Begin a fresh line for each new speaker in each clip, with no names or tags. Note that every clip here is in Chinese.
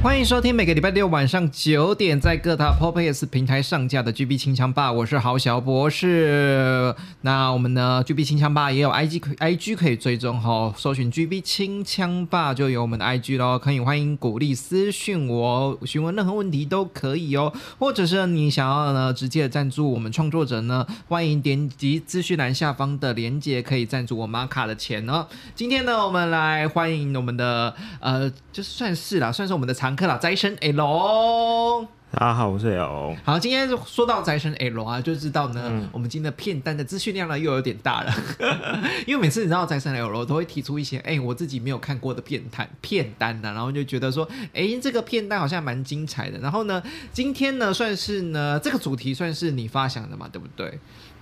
欢迎收听每个礼拜六晚上九点在各大 Podcast 平台上架的 GB 清枪吧，我是豪小博士。那我们呢，GB 清枪吧也有 IG 可 IG 可以追踪哈、哦，搜寻 GB 清枪吧就有我们的 IG 咯。可以欢迎鼓励私讯我，询问任何问题都可以哦，或者是你想要呢直接赞助我们创作者呢，欢迎点击资讯栏下方的链接，可以赞助我玛卡的钱哦。今天呢，我们来欢迎我们的呃，就算是啦，算是我们的常客啦，斋生哎 L。
大家好，我是 L。
好，今天说到斋生 L 啊，就知道呢，我们今天的片单的资讯量呢又有点大了， 因为每次你知道斋生 L 都会提出一些哎、我自己没有看过的片单片单啊呐、然后就觉得说哎、这个片单好像蛮精彩的。然后呢，今天呢算是呢这个主题算是你发想的嘛，对不对？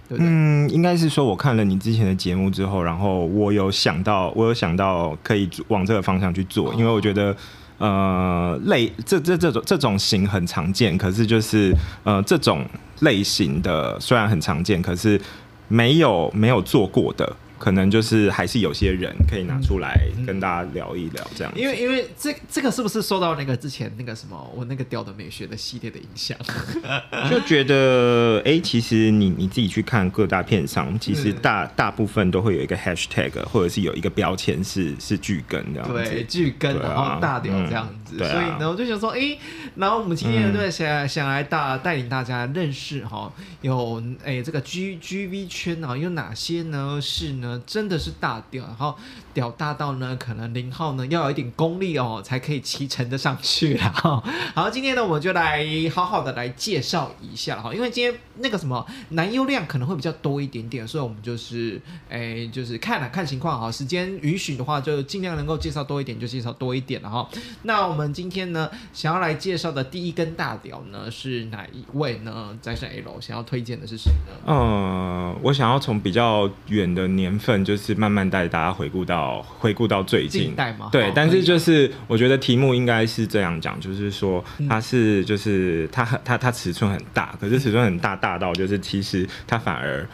对不对？
嗯，应该是说我看了你之前的节目之后，然后我有想到，我有想到可以往这个方向去做，因为我觉得。呃，类这这这种这种型很常见，可是就是呃这种类型的虽然很常见，可是没有没有做过的，可能就是还是有些人可以拿出来跟大家聊一聊这样。
因为因为这这个是不是受到那个之前那个什么我那个屌的美学的系列的影响？
就觉得，哎、其实你你自己去看各大片商，其实
嗯
大、大部分都会有一个 hashtag，或者是有一个标签是是巨根这样
对，
子。
巨根，
对啊
然后大屌这样子，
嗯对啊嗯
所以呢，我就想说，诶，然后我们今天对想想来大带领大家认识哈，有诶这个 G G V 圈啊，有哪些呢是呢真的是大屌，然后屌大到呢，可能零号呢要有一点功力哦，才可以骑乘得上去啦。哈好，今天呢我们就来好好的来介绍一下哈，因为今天那个什么男优量可能会比较多一点点，所以我们就是诶、就是看了、看情况哈，时间允许的话就尽量能够介绍多一点就介绍多一点了哈。那我们今天呢想要来介绍的第一根大屌呢是哪一位呢？再生 L 想要推荐的是谁呢？
呃，我想要从比较远的年份，就是慢慢带大家回顾到回顾到最近
近。代吗？
对
哦，
但
可以
是就是我觉得题目应该是这样讲，就是说
嗯
它是就是它很它它尺寸很大，可是尺寸很大大到就是其实它反而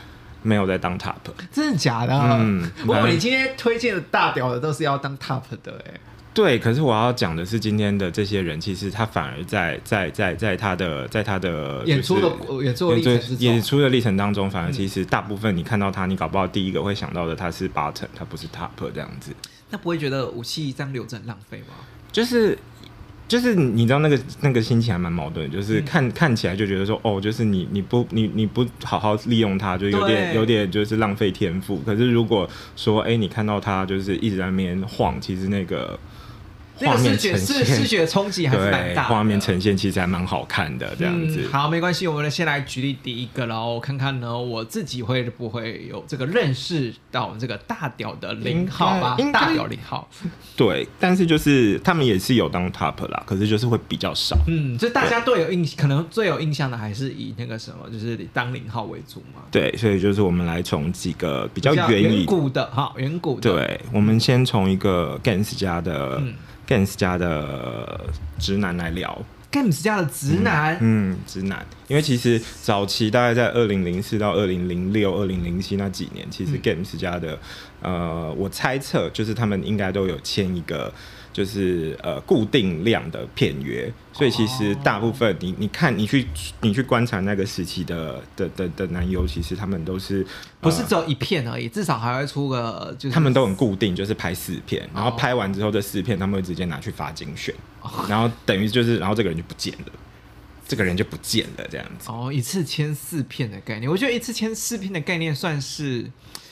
没有在当 top。
真的假的？
嗯
我以为
蛮
你今天推荐的大屌的都是要当 top 的哎、
对，可是我要讲的是，今天的这些人，其实他反而在在在在他的在他的、就是、
演出的演出的历程之中
演出的历程当中，反而其实大部分你看到他，你搞不好第一个会想到的他是 button，他不是 top 这样子，
那不会觉得武器这样留着很浪费吗？
就是。就是你知道那个那个心情还蛮矛盾的，就是
嗯
看、看起来就觉得说哦，就是你你不你你不好好利用它，就有点
对
有点就是浪费天赋。可是如果说哎、你看到它就是一直在那边晃，其实那个
那
画
个视
面
觉
呈
视
现
视觉冲击还是蛮
对，
大的，啊
画面呈现其实还蛮好看的，这样子。
嗯好，没关系，我们先来举例第一个喽，然后看看呢我自己会不会有这个认识到这个大屌的零号吧
应，该
大屌零号，
对，但是就是他们也是有当 top 啦，可是就是会比较少。
嗯，就大家最有印，可能最有印象的还是以那个什么，就是当零号为主嘛，
对，所以就是我们来从几个比较
远
远一
古的哈，远古的，
对，我们先从一个 Gans 家的、
嗯
Gans 家的直男来聊。
，Games 家的直男，
嗯，直男，因为其实早期大概在二零零四到二零零六、二零零七那几年，其实
嗯
Games 家的、呃，我猜测就是他们应该都有签一个就是呃固定量的片约，所以其实
哦
大部分你你看你去你去观察那个时期的的的的男优，其实他们都是呃
不是只有一片而已，至少还会出个就是
他们都很固定，就是拍四片，然后拍完之后这四片他们会直接拿去发精选，然后等于就是然后这个人就不见了，这个人就不见了这样子。
哦，一次签四片的概念，我觉得一次签四片的概念算是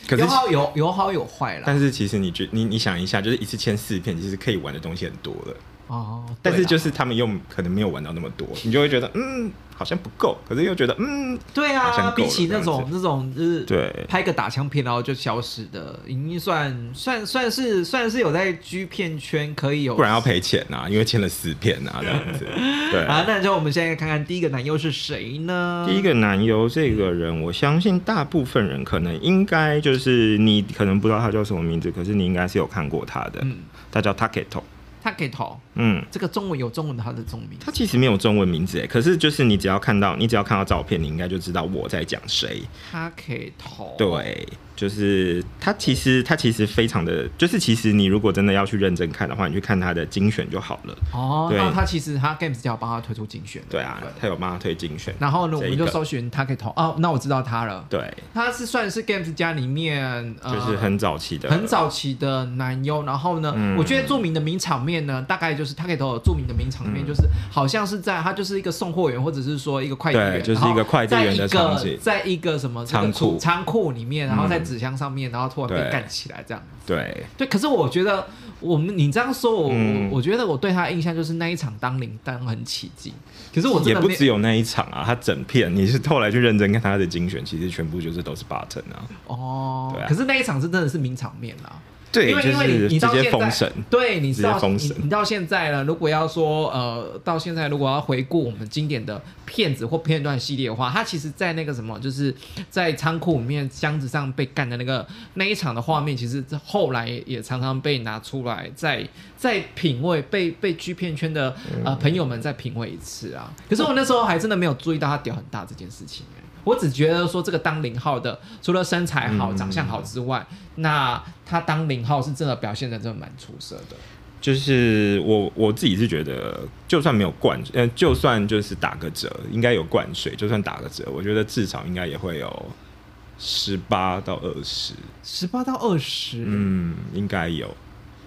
可是
有啊好有有好有坏啦。
但是其实你觉你你想一下，就是一次签四片，其实可以玩的东西很多了。
哦，
但是
对啦
就是他们又可能没有玩到那么多，你就会觉得嗯好像不够，可是又觉得嗯
对
好像
啊，
够
比
了
起
这
那
样
种
子
那种就是
对
拍个打枪片然后就消失的，已经算算算是算是有在 G 片圈可以有
不然要赔钱啊，因为签了四片 啊这样子。对
啊。那就我们现在看看第一个男优是谁呢？
第一个男优这个人，我相信大部分人可能应该就是你可能不知道他叫什么名字，可是你应该是有看过他的。
嗯
他叫 Taketo，
，Taketo，
嗯，
这个中文有中文的他的中文名，
他其实没有中文名字诶，欸可是就是你只要看到你只要看到照片，你应该就知道我在讲谁。
Taketo，，
对，就是他其实他其实非常的，就是其实你如果真的要去认真看的话，你去看他的精选就好了。
哦，
对
那他其实他 Games 就有帮他推出竞选，
对啊，他有帮他推精选。
然后呢，我
这
们
一
就
个
搜寻 Taketo，哦，那我知道他了，
对，
他是算是 Games 家里面呃
就是很早期的，
很早期的男优，然后呢，
嗯
我觉得著名的名场面呢，大概就是他可以有著名的名场
嗯
面，就是好像是在他就是一个送货员，或者是说一个快递员，
对就是一个快递员的
然后
场景
在一个在一个什么这个
仓库嗯
仓库里面，然后在纸箱上面，然后突然被
对
干起来这样。
对，
对，可是我觉得我们你这样说，我、
嗯
我我觉得我对他的印象就是那一场当铃铛很起劲，可是我真
也
的
不
没
只有那一场啊，他整片你是后来去认真看他的精选，其实全部就是都是 button 啊，
哦，
对啊
可是那一场是真的是名场面啦。
对，
因为
就
因为你
是
你
直
到
接
现在
封神，
对，你
直接
到
封
你
神
你到现在了，如果要说呃，到现在如果要回顾我们经典的片子或片段系列的话，它其实，在那个什么，就是在仓库里面箱子上被干的那个那一场的画面，其实后来也常常被拿出来，在在品味被被 G 片圈的呃朋友们再品味一次啊。可是我那时候还真的没有注意到他屌很大这件事情、欸我只觉得说这个当零号的，除了身材好、
嗯
长相好之外，那他当零号是真的表现的真的蛮出色的。
就是我我自己是觉得，就算没有灌，呃，就算就是打个折，应该有灌水，就算打个折，我觉得至少应该也会有十八到二十，
十八到二十、
嗯，应该有，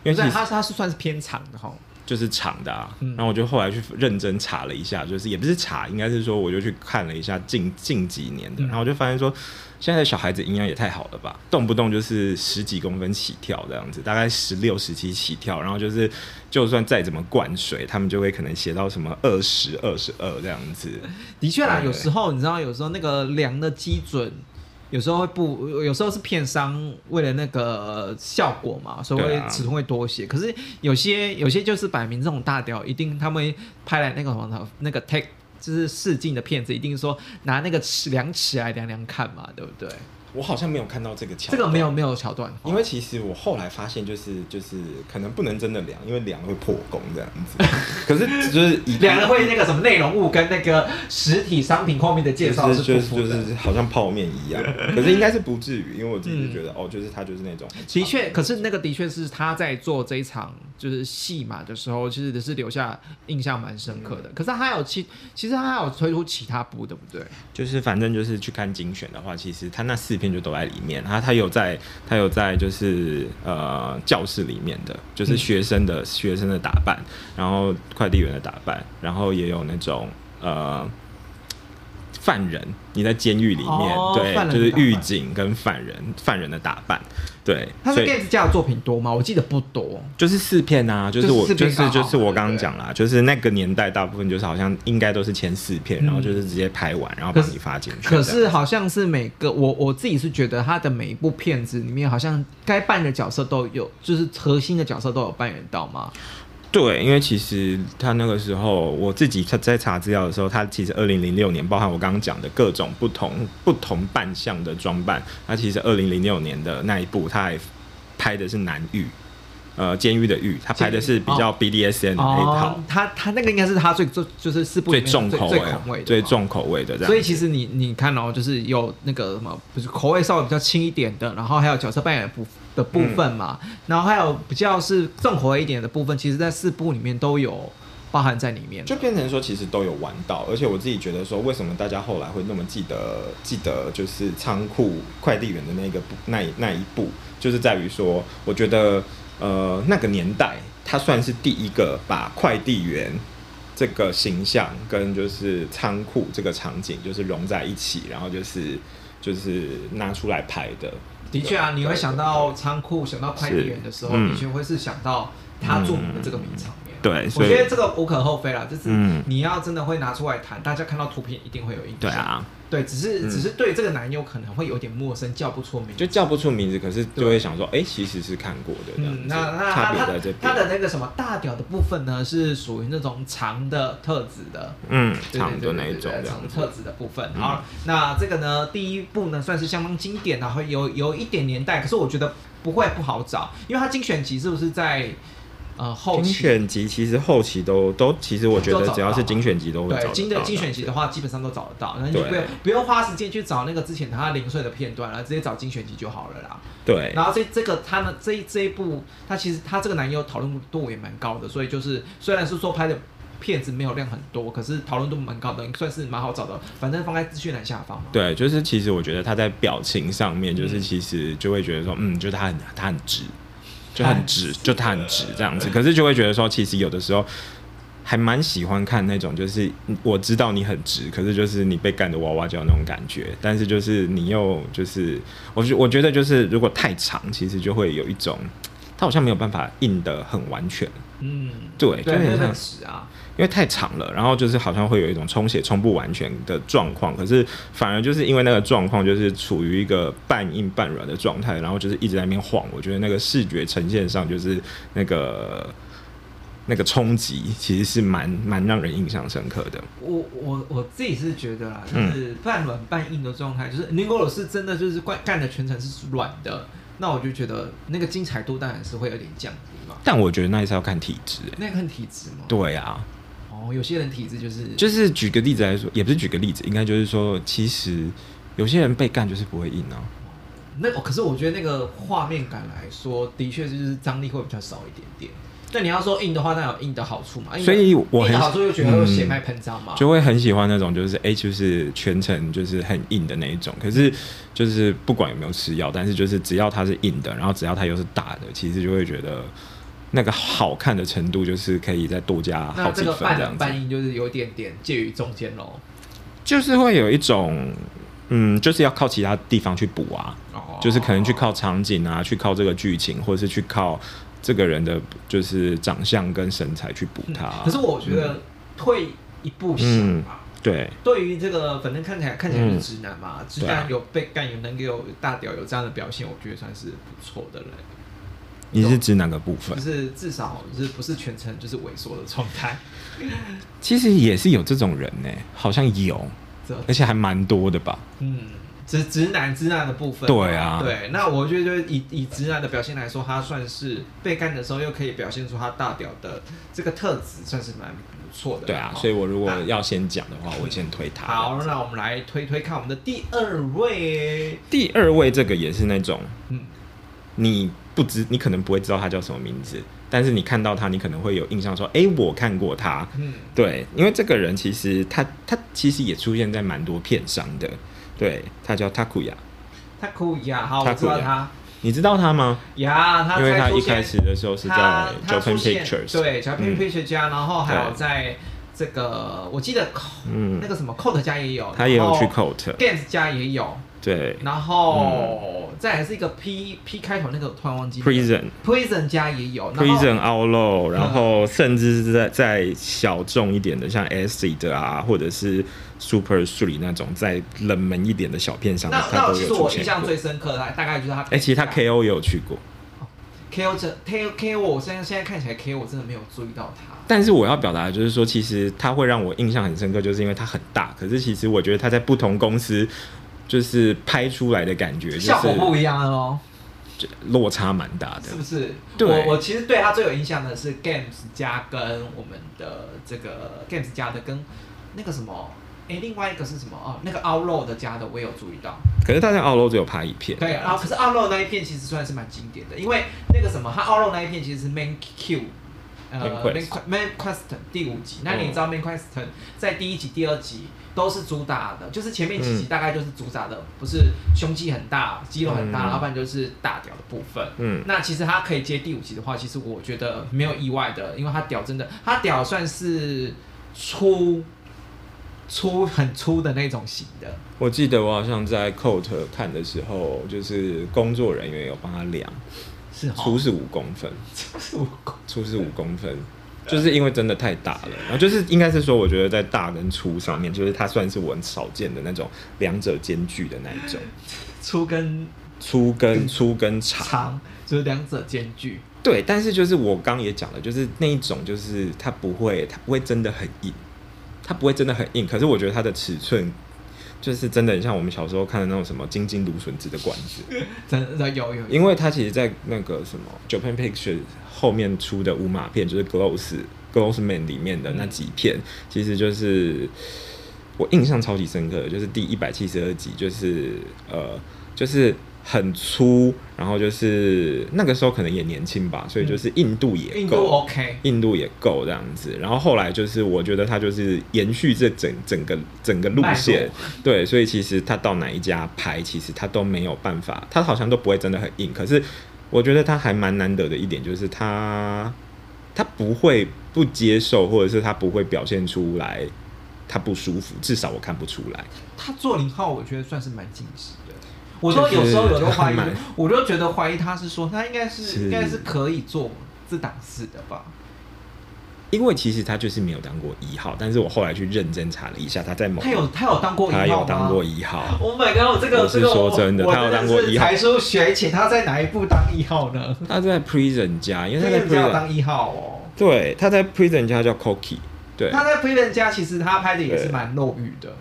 因为
不是
其实
他他是算是偏长的哈。
就是长的、啊
嗯，
然后我就后来去认真查了一下，就是也不是查，应该是说我就去看了一下近近几年的，
嗯
然后我就发现说，现在的小孩子营养也太好了吧，动不动就是十几公分起跳这样子，大概十六、十七起跳，然后就是就算再怎么灌水，他们就会可能写到什么二十二十二这样子，
的确啦，
对
有时候你知道，有时候那个量的基准，有时候会不，有时候是片商为了那个效果嘛，所以
对
会
啊
尺寸会多些。可是有些有些就是摆明这种大屌，一定他们会拍来那个什么那个 take。就是试镜的片子，一定说拿那个尺量尺来量量看嘛，对不对？
我好像没有看到这个桥
这
段，
个没有没有桥段，
因为其实我后来发现，就是就是可能不能真的量，因为量会破功这样子。可是就是以
两个会那个什么内容物跟那个实体商品后面的介绍
就是就
不
是
符的。
就是好像泡面一样，可是应该是不至于，因为我自己就觉得、哦，就是他就是那种很
的啊确，可是那个的确是他在做这一场就是戏码的时候，其实是留下印象蛮深刻的。可是他还有其其实他还有推出其他部，对不嗯对？
就是反正就是去看精选的话，其实他那四篇就都在里面，他他有在他有在就是呃教室里面的，
嗯
就是学生的、学生的打扮，然后快递员的打扮，然后也有那种呃。犯人，你在监狱里面，
哦
对
犯人，的
就是
打扮
狱警跟犯人，犯人的打扮，对，
他
所
是
以
Games 家的作品多吗？我记得不多。
就是四片啊，就是我
就是四
就
片
是
刚好
就是我刚刚讲啦，就是那个年代大部分就是好像应该都是前四片，
嗯
然后就是直接拍完，然后
可
把
是
你发进去。
可是好像是每个我我自己是觉得他的每一部片子里面，好像该扮的角色都有，就是核心的角色都有扮演到嘛。
对，因为其实他那个时候我自己在在查资料的时候，他其实二零零六年，包含我刚刚讲的各种不同不同扮相的装扮，他其实二零零六年的那一部，他还拍的是男狱。呃，监狱的狱，他拍的是比较 BDSM 的那一套，
哦，他他那个应该是他最最就是四部里
最
面
重
最
口
最
味啊
恐味的，
最。重口味的这样子。
所以其实你你看哦，就是有那个什么，就是口味稍微比较轻一点的，然后还有角色扮演的部的部分嘛，
嗯
然后还有比较是重口味一点的部分，其实在四部里面都有包含在里面。
就变成说，其实都有玩到，而且我自己觉得说，为什么大家后来会那么记得记得就是仓库快递员的那个部那一那一步，就是在于说，我觉得呃那个年代，他算是第一个把快递员这个形象跟就是仓库这个场景就是融在一起，然后就是就是拿出来拍的。
的确啊，
对
你会想到仓库、想到快递员的时候，
嗯
的确会是想到他著名的这个名场面啊。
对，
我
所
觉
以
得这个无可厚非啦，就是
嗯
你要真的会拿出来谈，大家看到图片一定会有印象。
对，啊，
对，只是
嗯
只是对这个男优可能会有点陌生，叫不出名。
就叫不出名字，可是就会想说，哎、其实是看过的这样子，
嗯，那那
差
他
别
他
在这边。
他的那个什么大屌的部分呢，是属于那种长的特质的，
嗯，
对
长的
对对
那一
对
种
对
这
长
样
的
子。
特质的部分。
嗯
好，那这个呢，第一部呢算是相当经典，然后有有一点年代，可是我觉得不会不好找，因为它精选集是不是在呃后
精
期？
选集其实后期都都，其实我觉
都
得
找
只要是
到
精选集都会找
对，
得
精
到
的
的
精选集的话，基本上都找得到，然后你就不
对
用不用花时间去找那个之前他零碎的片段了，直接找精选集就好了啦。
对，
然后这这个他呢，这一这一部他其实他这个男优讨论度也蛮高的，所以就是虽然是说拍的片子没有量很多，可是讨论度蛮高的，算是蛮好找的。反正放在资讯栏下方嘛。
对，就是其实我觉得他在表情上面，就
嗯
是其实就会觉得说，嗯，就他很他很直，就很直，就他很直这样子。可是就会觉得说，其实有的时候还蛮喜欢看那种，就是我知道你很直，可是就是你被干的哇哇叫那种感觉。但是就是你又就是，我觉我觉得就是如果太长，其实就会有一种。他好像没有办法印的很完全，
嗯，
对就
对，
有
那
点
很
像
实啊。
因为太长了，然后就是好像会有一种充血充不完全的状况，可是反而就是因为那个状况就是处于一个半硬半软的状态，然后就是一直在那边晃，我觉得那个视觉呈现上就是那个那个冲击其实是蛮蛮让人印象深刻的。
我我我自己是觉得啦，
嗯
就是半软半硬的状态，就是林国老师真的就是干干的全程是软的，那我就觉得那个精彩度当然是会有点降低嘛。
但我觉得那也是要看体质、欸，
那个很体质嘛。
对啊，
哦，有些人体质就是
就是举个例子来说，也不是举个例子，应该就是说，其实有些人被干就是不会硬啊。
那哦个可是我觉得那个画面感来说，的确就是张力会比较少一点点。那你要说硬的话，那有硬的好处嘛？硬的
所以我很
硬
嗯
的好处就觉得有血脉喷张嘛。
就会很喜欢那种，就是哎、诶就是全程就是很硬的那一种。可是就是不管有没有吃药，但是就是只要它是硬的，然后只要它又是大的，其实就会觉得那个好看的程度就是可以再多加
那
好
这
几
个
分
半
这样
冷
子，
半硬就是有一点点介于中间喽。
就是会有一种嗯，就是要靠其他地方去补啊。
哦
就是可能去靠场景啊，去靠这个剧情，或者是去靠这个人的就是长相跟身材去补它、
嗯可是我觉得退一步想
嗯
啊，
对
对于这个反正看起来看起来就是直男嘛，直
对
男
啊
有被干有能给有大屌有这样的表现，我觉得算是不错的人，
你是指哪个部分
就？是至少就是不是全程就是萎缩的状态。
其实也是有这种人呢、好像有，
这
而且还蛮多的吧？
嗯，直直男直男的部分，
对啊
对，那我觉得就是以以直男的表现来说，他算是被干的时候又可以表现出他大屌的这个特质，算是蛮不错的。
对啊，
哦
所以我如果啊
那
要先讲的话，我先推他。
好，，那我们来推推看我们的第二位，
第二位这个也是那种
嗯，
你不知，你可能不会知道他叫什么名字，但是你看到他，你可能会有印象说，哎、我看过他。
嗯，
对，因为这个人其实他他其实也出现在蛮多片商的。对，他叫 Takuya，
他可以啊，好，我知道
Takuya
他，
你知道他吗？
呀，他
因为
才
他
出
一开
现
始的时候是在
他他
Japan
出现
Pictures，
对 Japan
嗯
Pictures 家，然后还有
对
在这个我记得
嗯
那个什么 Code 家也有，
他也有去
然后
Coat，
Dance 家也有。
对
然后、再来是一个 P P 开头那个，我突然忘记了。
，Prison。
Prison 家也有然后
Prison Outlaw，然后甚至是在在小众一点的，像 Acid 啊，或者是 Super Three 那种再冷门一点的小片上，
那
它
那
都
其
有
实
出
我印
现
象
过。
最深刻的大概就是他 Prison 家。
哎、其实他 KO 也有去过，
KO 这 KO KO 我现在现在看起来 KO 我真的没有注意到他。
但是我要表达的就是说，其实他会让我印象很深刻，就是因为他很大。可是其实我觉得他在不同公司就是拍出来的感觉，就
效果
是
不一样哦，
落差蛮大的
是。不是？
对
我我其实对他最有印象的是 Games 家跟我们的这个 Games 家的跟那个什么，哎，另外一个是什么？哦，那个 Outlaw 的家的我也有注意到。
可是他在 Outlaw 只有拍一片，
对，然啊后可是奥肉那一片其实算是蛮经典的，因为那个什么，它奥肉那一片其实是 Man Q。呃
Man
，Man
Quest 嗯
Quest Man Quest 第五集，那你知道 Man Quest 在第一集、第二集都是主打的，就是前面几
嗯
集大概就是主打的，不是胸肌很大、肌肉很大，
嗯
要不然就是大屌的部分。
嗯，
那其实他可以接第五集的话，其实我觉得没有意外的，因为他屌真的，他屌算是粗粗很粗的那种型的。
我记得我好像在 Coat 看的时候，就是工作人员有帮他量。
是哦
粗是五公分，
粗是我
粗是五公分，就是因为真的太大了，然后就是应该是说，我觉得在大跟粗上面，就是它算是我很少见的那种两者兼具的那一种，
粗跟
粗跟粗跟长。
长就是两者兼具。
对，但是就是我刚也讲了，就是那一种，就是它不会，它不会真的很硬，它不会真的很硬。可是我觉得它的尺寸，就是真的很像我们小时候看的那种什么金金芦笋汁的罐子，
真的有有有，
因为它其实，在那个什么 Japan Picture 后面出的无码片，就是 Gloss Glossman 里面的那几片，其实就是我印象超级深刻的，就是第一百七十二集，就是呃，就是很粗，然后就是那个时候可能也年轻吧，所以就是硬度也
硬嗯度
够。
OK，
硬度也够这样子，然后后来就是我觉得它就是延续这整整个整个路
脉
线
络，
对，所以其实他到哪一家拍，其实他都没有办法，他好像都不会真的很硬。可是我觉得他还蛮难得的一点就是他他不会不接受，或者是他不会表现出来他不舒服，至少我看不出来。
他做零号，我觉得算是蛮尽职的。我都有时候有时候怀疑
就是，
我就觉得怀疑他是说他应该是
是
应该是可以做这档事的吧？
因为其实他就是没有当过一号，但是我后来去认真查了一下，他在某
他有他有当过一
哦他
号
有
吗？
当过一号，
Oh my god！我这个
我是
这个
说真的
我
他有当过
我真的是
一号
才疏学浅，他在哪一部当一号呢？
他在 prison 家，因为
他
他在
家
prison
有当一号哦。
对，他在 Prison 家叫 Cookie，对，
他在 p r i s o n 家其实他拍的也是蛮露欲的，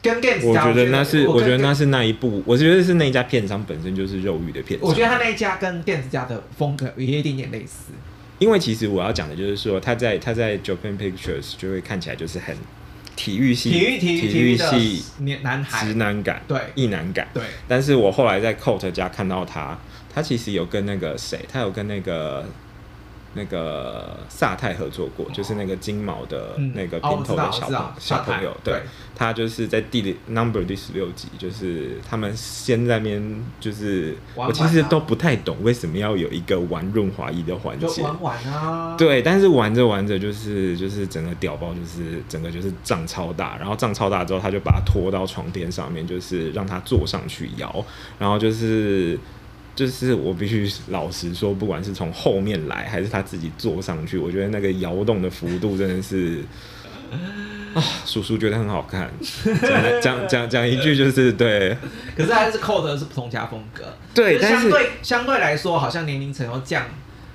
跟 Games
我
家
觉得那是，我觉得
跟
那是那一部，我觉得是那一家片商本身就是肉欲的片商。
我觉得他那一家跟 Games 家的风格也有一点点类似。
因为其实我要讲的就是说，他在他在 Japan Pictures 就会看起来就是很体育系、
体育体育体育
系
的年男
直
孩，
男感、
对
异男感。
对，
但是我后来在 Coat 家看到他，他其实有跟那个谁，他有跟那个那个萨泰合作过，就是那个金毛的
哦嗯
那个
哦
平
我知
头
道
的
我知
小朋、
道
小朋友
沙，
对
滩对，
他就是在第 number 第十六集，就是他们先在那边，就是
玩玩啊
我其实都不太懂为什么要有一个玩润滑液的环
就
节。
玩玩啊，，
对，但是玩着玩着就是就是整个屌包就是整个就是胀超大，然后胀超大之后，他就把它拖到床垫上面，就是让他坐上去摇，然后就是就是我必须老实说，不管是从后面来还是他自己坐上去，我觉得那个摇动的幅度真的是。 啊，叔叔觉得很好看，讲讲讲讲一句就是对
可是还是扣的是不同家风格，
对，
就是
但
相
是
对相对来说，好像年龄层要降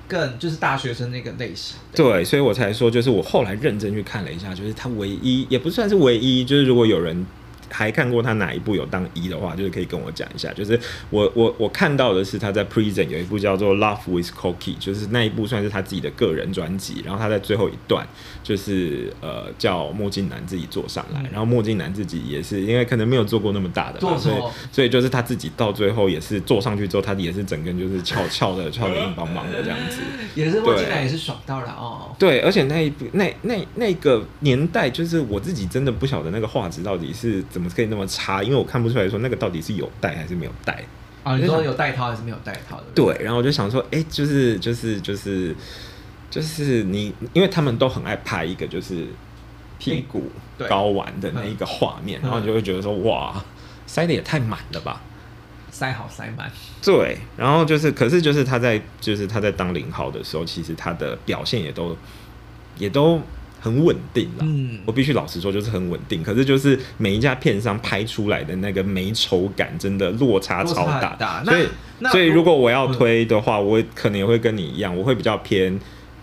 更就是大学生那个类型。
对，所以我才说，就是我后来认真去看了一下，就是他唯一也不算是唯一，就是如果有人还看过他哪一部有当一的话，就是可以跟我讲一下。就是我我我看到的是他在 Prison 有一部叫做《Love with Cookie》，就是那一部算是他自己的个人专辑，然后他在最后一段就是呃叫墨镜男自己坐上来，
嗯
然后墨镜男自己也是因为可能没有做过那么大的
做
嘛，所以
错
所以就是他自己到最后也是坐上去之后，他也是整根就是翘翘的翘的硬邦邦的这样子。
也是我
对
进来也是爽到了哦，
对，而且那一部那那那个年代，就是我自己真的不晓得那个画质到底是怎么可以那么差，因为我看不出来说那个到底是有带还是没有带。
啊，你说有带套还是没有带套的？
哦对，然后我就想说，哎、就是就是就是就是你，因为他们都很爱拍一个就是屁股
对
睾丸的那一个画面，
嗯
然后你就会觉得说，哇，塞的也太满了吧。
塞好塞满，
对，然后就是，可是就是他在就是他在当零号的时候，其实他的表现也都也都很稳定啦。
嗯
我必须老实说，就是很稳定。可是就是每一家片商拍出来的那个美丑感，真的落差
落
超
差
大
很。大。
所以
那
所以如果我要
嗯
推的话，我可能也会跟你一样，我会比较偏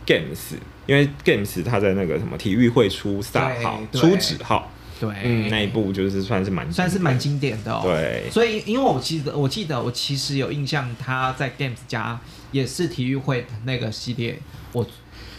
Games，因为 Games 它在那个什么体育会出三号、
对对
出纸号，
对，
嗯，那一部就是算是蛮
算是蛮经典的哦。
对
所以因为我记得，我记得我其实有印象，他在 Games 家也是体育会那个系列，我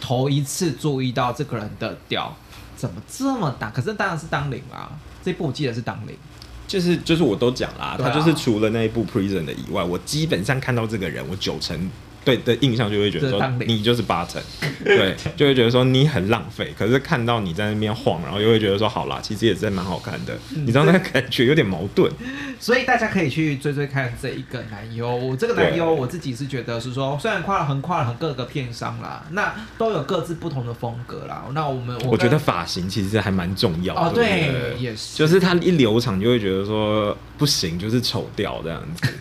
头一次注意到这个人的屌怎么这么大，可是当然是当零啦。这部我记得是当零，啊
就是就是我都讲啦，
对啊
他就是除了那一部 Prison 的以外，我基本上看到这个人，我九成对的印象就会觉得
就是
说
当零
你就是八成， 对，就会觉得说你很浪费。可是看到你在那边晃，然后又会觉得说好啦，其实也是蛮好看的，
嗯
你知道那个感觉有点矛盾。
所以大家可以去追追看这一个男优。这个男优我自己是觉得是说，虽然跨了横跨了很各个片商啦，那都有各自不同的风格啦。那我们
我觉得
跟
发型其实还蛮重要的，
哦
对
对
不对，
也是
就是他一留长就会 觉得说不行，就是丑掉这样子。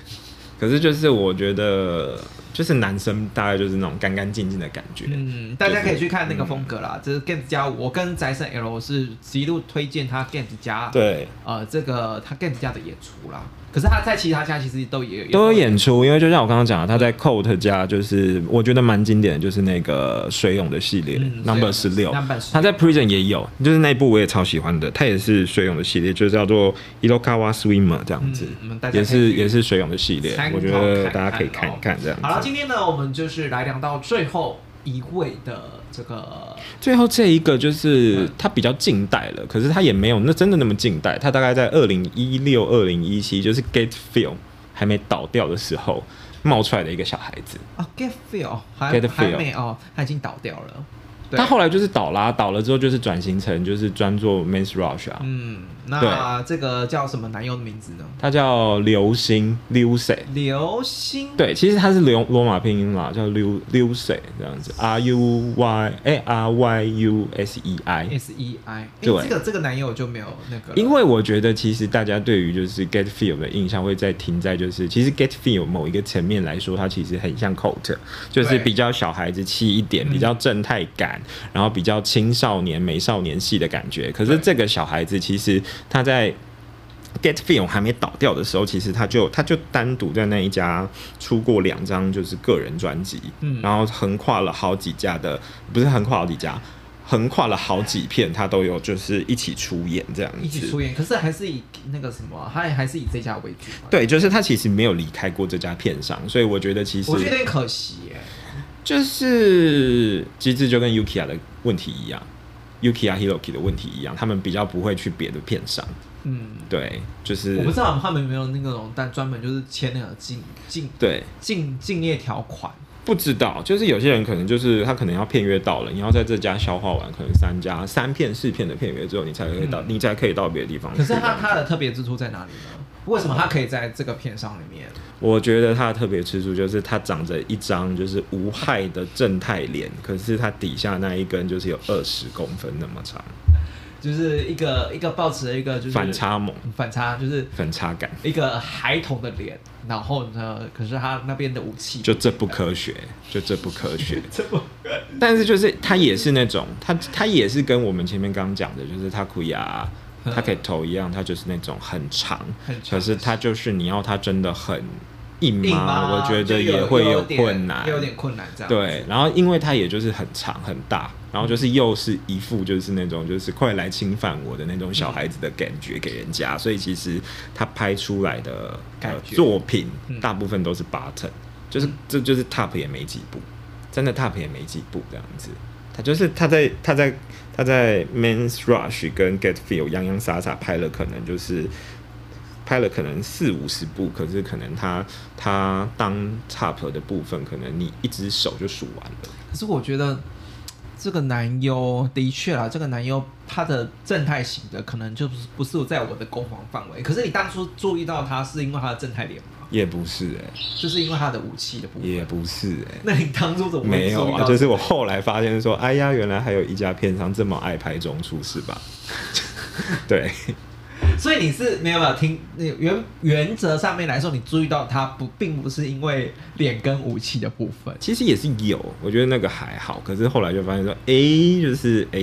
可是就是我觉得就是男生大概就是那种干干净净的感觉。
嗯，大家可以去看那个风格啦，这是 Games 加五，我跟宅神 L 是一路推荐他 Games 加
对，
呃这个他 Games 加的演出啦，可是他在其他家其实都也
都有演出，因为就像我刚刚讲的，他在
嗯
Coat 家就是我觉得蛮经典的，就是那个水泳的系列、
嗯
Number 十六，
，Number 十
他在 Prison 也有，就是那一部我也超喜欢的，它也是水泳的系列，就叫做 Ilokawa Swimmer 这样子，
嗯，我们大家
也
可以
是
去
也是水泳的系列
参，考
我觉得
看
大家可以
看
看
哦
一看这样
好了，
子。
今天呢，我们就是来聊到最后一位的这个，
最后这一个就是
嗯
它比较近代了，可是它也没有那真的那么近代，它大概在二零一六、二零一七，就是 Gate Film 还没倒掉的时候冒出来的一个小孩子。
啊，Get Feel 还
Get
还
Feel
没哦，他已经倒掉了。对
他后来就是倒啦，倒了之后就是转型成就是专做 Men's Rush 啊，
嗯，那这个叫什么男优的名字呢？
他叫流星 Lucy。
流星，
对，其实他是流罗马拼音啦，叫 Lu Lucy 这样子，R U Y 哎 R Y U S E I。
，S E I，
对
这个这个男优就没有那个了，
因为我觉得，其实大家对于就是 Get Feel 的印象会在停在就是，其实 Get Feel 某一个层面来说，它其实很像 Cult，就是
对
比较小孩子气一点，
嗯
比较正太感，然后比较青少年美少年系的感觉。可是
对
这个小孩子其实他在 Get Film 还没倒掉的时候，其实他就他就单独在那一家出过两张就是个人专辑，
嗯
然后横跨了好几家的，不是横跨好几家，横跨了好几片，他都有就是一起出演这样子。
一起出演，可是还是以那个什么，他也还是以这家为主嘛。，
对，就是他其实没有离开过这家片商，所以我觉得其实
我觉得有点可惜耶。
就是机制就跟 Yukiya 的问题一样，Yukiya Hiroki 的问题一样，他们比较不会去别的片商。
嗯，
对，就是
我不知道他们有没有那个种，但专门就是签那个禁禁
对。
禁禁业条款。
不知道，就是有些人可能就是他可能要片约到了，你要在这家消化完可能三家三片四片的片约之后，你才可以到、
嗯
你才可以到别的地方去。
可是他他的特别之处在哪里呢？为什么他可以在这个片上里面？
我觉得他的特别之处就是他长着一张就是无害的正太脸，可是他底下那一根就是有二十公分那么长，
就是一个一个抱持了一个就是
反，差萌、
反差就是
反差感，
一个孩童的脸，然后呢，可是他那边的武器
就这不科学，就这不科学。
这么
但是就是他也是那种，他他也是跟我们前面刚刚讲的，就是他苦牙。他可以头一样，他就是那种很长，
嗯很长
可是他就是你要他真的很硬吗？
硬吗？
嗯我觉
就
得也会
有点
困难，
有点困难这样。，
对，然后因为它也就是很长很大，然后就是又是一副就是那种就是快来侵犯我的那种小孩子的感觉给人家，所以其实他拍出来的、
感
呃、
觉
作品
嗯
大部分都是 button，、就是这就是 top 也没几部，真的 top 也没几部这样子。他就是他在他在他在 Man's Rush 跟 Get Feel 洋洋洒洒拍了，可能就是拍了可能四五十部，可是可能他他当 top 的部分，可能你一只手就数完了。
可是我觉得这个男优的确啦，这个男优他的正太型的可能就不是不是在我的攻防范围。可是你当初注意到他是因为他的正太脸吗？
也不是哎、
就是欸因为他的武器的部分。
也不是哎、
那你当初怎么会
没有
注意
啊，
到
就是我后来发现说，哎呀，原来还有一家片商这么爱拍中出是吧？ 对，
所以你是没有没有听原原则上面来说，你注意到他不，并不是因为脸跟武器的部分。
其实也是有，我觉得那个还好，可是后来就发现说，哎、就是哎、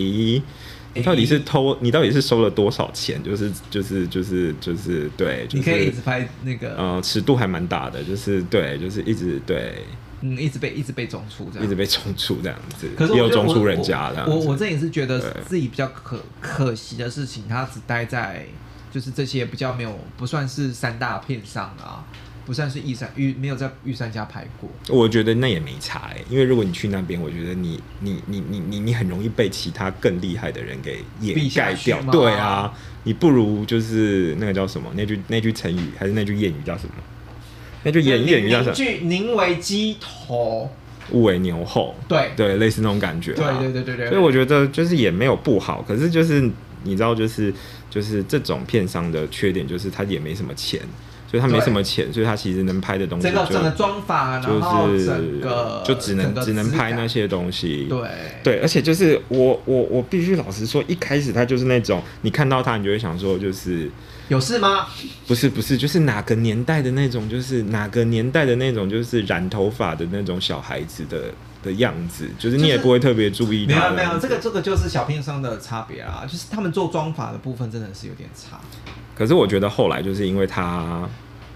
你到底是偷，你到底是收了多少钱？就是就是就是就是对，就
你可以一
是
直拍那个，嗯
呃，尺度还蛮大的，就是对，就是一直对，
嗯一直被一直被中出这样。
一直被冲出这样子，
啊可是我
也有
觉得
冲
我
出人家这样
我
子。
我我这也是觉得
对
自己比较可可惜的事情，他只待在就是这些比较没有不算是三大片上啊，不算是御三御没有在御三家拍过。
我觉得那也没差、欸，因为如果你去那边，我觉得你你你你你你很容易被其他更厉害的人给掩
比下
盖
去
掉。
吗
对啊，你不如就是那个叫什么？那句那句成语还是那句谚语叫什么？那句谚谚语叫
凝
什么？
聚宁为鸡头，
物为牛后。
对
对，类似那种感觉、
对
啊。
对对对对，
所以我觉得就是也没有不好，可是就是你知道，就是就是这种片商的缺点就是他也没什么钱，所以他没
对
什么钱，所以他其实能拍的东西
整个
就
整个妆法，然后
就是
整个
就只能
整个
只能
质
拍
感
那些东西。
对
对而且就是我我我必须老实说，一开始他就是那种你看到他，你就会想说，就是
有事吗？
不是不是，就是哪个年代的那种，就是哪个年代的那种，就是染头发的那种小孩子的的样子，就是你也
就是
不会特别注意
没
他
有
的
没有，
样子
这个这个就是小片商的差别啦，就是他们做妆法的部分真的是有点差，
可是我觉得后来就是因为他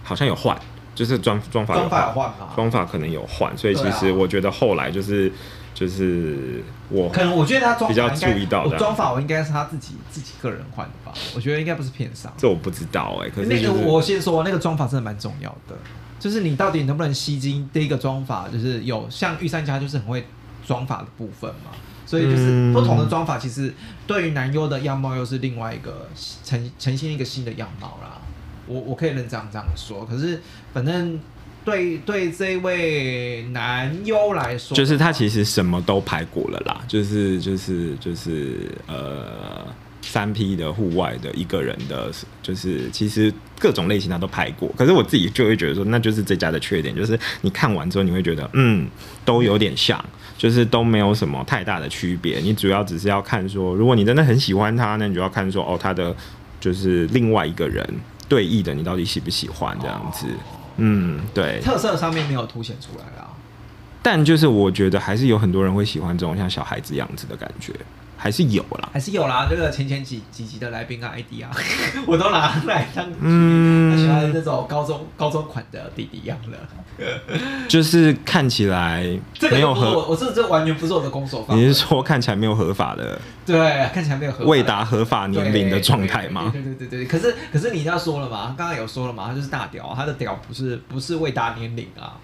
好像有换，就是妆妆法
妆法有
换，
换吗？
妆法可能有换，所以其
对
实
啊
我觉得后来就是就是我
可能我觉得他妆法
比较
应该
注意到的
我妆法我应该是他自己自己个人换的吧，我觉得应该不是片商。
这我不知道哎、可是
那
就
个
是
我先说，那个妆法真的蛮重要的，就是你到底能不能吸睛。第一个妆法就是有像御三家就是很会妆法的部分嘛，所以就是
嗯
不同的妆法，其实对于男优的样貌又是另外一个呈呈现一个新的样貌啦。我我可以认这样这样说，可是反正对对这位男优来说，
就是他其实什么都拍过了啦，就是就是就是呃，三 P 的户外的一个人的，就是其实各种类型他都拍过。可是我自己就会觉得说，那就是这家的缺点，就是你看完之后你会觉得，嗯，都有点像。就是都没有什么太大的区别，你主要只是要看说，如果你真的很喜欢他，那你就要看说，哦，他的就是另外一个人对弈的，你到底喜不喜欢这样子？嗯，对。
特色上面没有凸显出来啊啦。
但就是我觉得还是有很多人会喜欢这种像小孩子样子的感觉，还是有啦。
还是有啦，这个前前几几集的来宾啊，ID 啊， 我都拿来当他喜欢
嗯，
那种高中高中款的弟弟样的，
就是看起来
这个
没有
就不是
合，
我，我这这完全不是我的攻守方。
你是说看起来没有合法的
对，看起来没有合法
未达合法
对
年龄的状态吗？
对对对对对。可是可是你要说了嘛，刚刚有说了嘛，他就是大屌，他的屌不是不是未达年龄啊，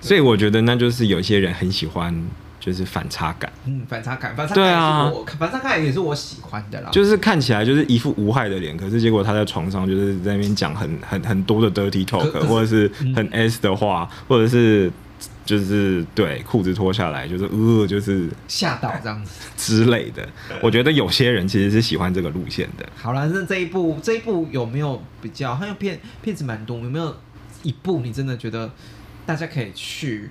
所以我觉得那就是有些人很喜欢，就是反差感，
嗯，反差感，反差感
对
也
啊
是我，反差感也是我喜欢的啦。
就是看起来就是一副无害的脸，可是结果他在床上就是在那边讲很很很多的 dirty
可
talk，
可是
或者是
嗯
很 S 的话，或者是就是对裤子脱下来就是呃就是
吓到这样子。
之类的。我觉得有些人其实是喜欢这个路线的。
好啦，那这一部这一部有没有比较？好像片片子蛮多，有没有一部你真的觉得大家可以去？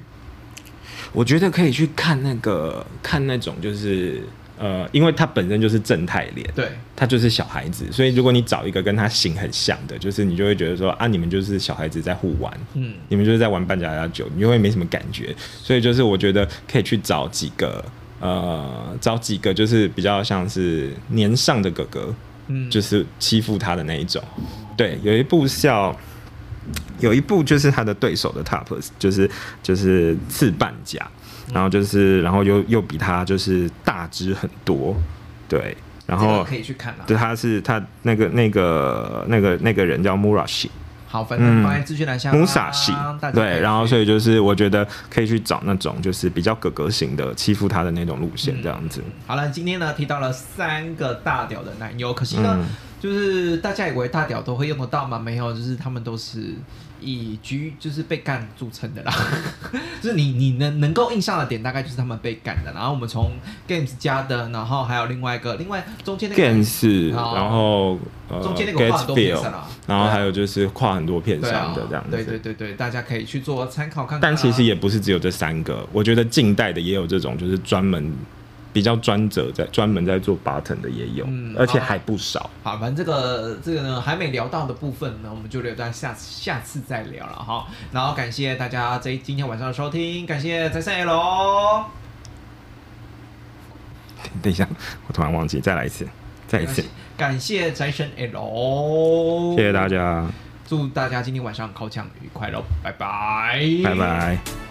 我觉得可以去看那个看那种就是呃，因为他本身就是正太脸，
对，
他就是小孩子，所以如果你找一个跟他型很像的，就是你就会觉得说啊，你们就是小孩子在互玩。
嗯，
你们就是在玩扮家家酒，你就会没什么感觉，所以就是我觉得可以去找几个呃，找几个就是比较像是年上的哥哥，
嗯
就是欺负他的那一种。对，有一部叫，有一部就是他的对手的 Top，就是就是刺半甲，然后就是然后又又比他就是大只很多，对，然
这个
后
可以去看啦。
对他是他那个那个那个那个人叫 Murashi，
好，反正
嗯
放在资讯栏下方。
穆萨西
啊大家，可以
对，然后
去
所以就是我觉得可以去找那种就是比较哥哥型的欺负他的那种路
嗯
线，这样子。
好了，今天呢提到了三个大屌的男优，可惜呢，
嗯
就是大家以为大屌都会用得到吗？没有，就是他们都是以局就是被干著称的啦。 就是你你能能够印象的点，大概就是他们被干的。然后我们从 Games 加的，然后还有另外一个，另外中间那个
Games，
好
然后呃
中间那个跨很多片
Gatsby，
上啦，
然后还有就是跨很多片
对啊
商的这样子。
对对对对，大家可以去做参考看看啊。
但其实也不是只有这三个，我觉得近代的也有这种，就是专门比较专责在专门在做 button 的也有，
嗯
而且
好
还不少。
好，反正这个这个呢，还没聊到的部分呢，我们就留在下次下次再聊了哈。然后感谢大家这一今天晚上的收听，感谢财神 L，
等一下，我突然忘记，再来一次，再一次，
感谢财神 L，
谢谢大，家，
祝大家今天晚上口腔愉快喽，拜拜，
拜拜。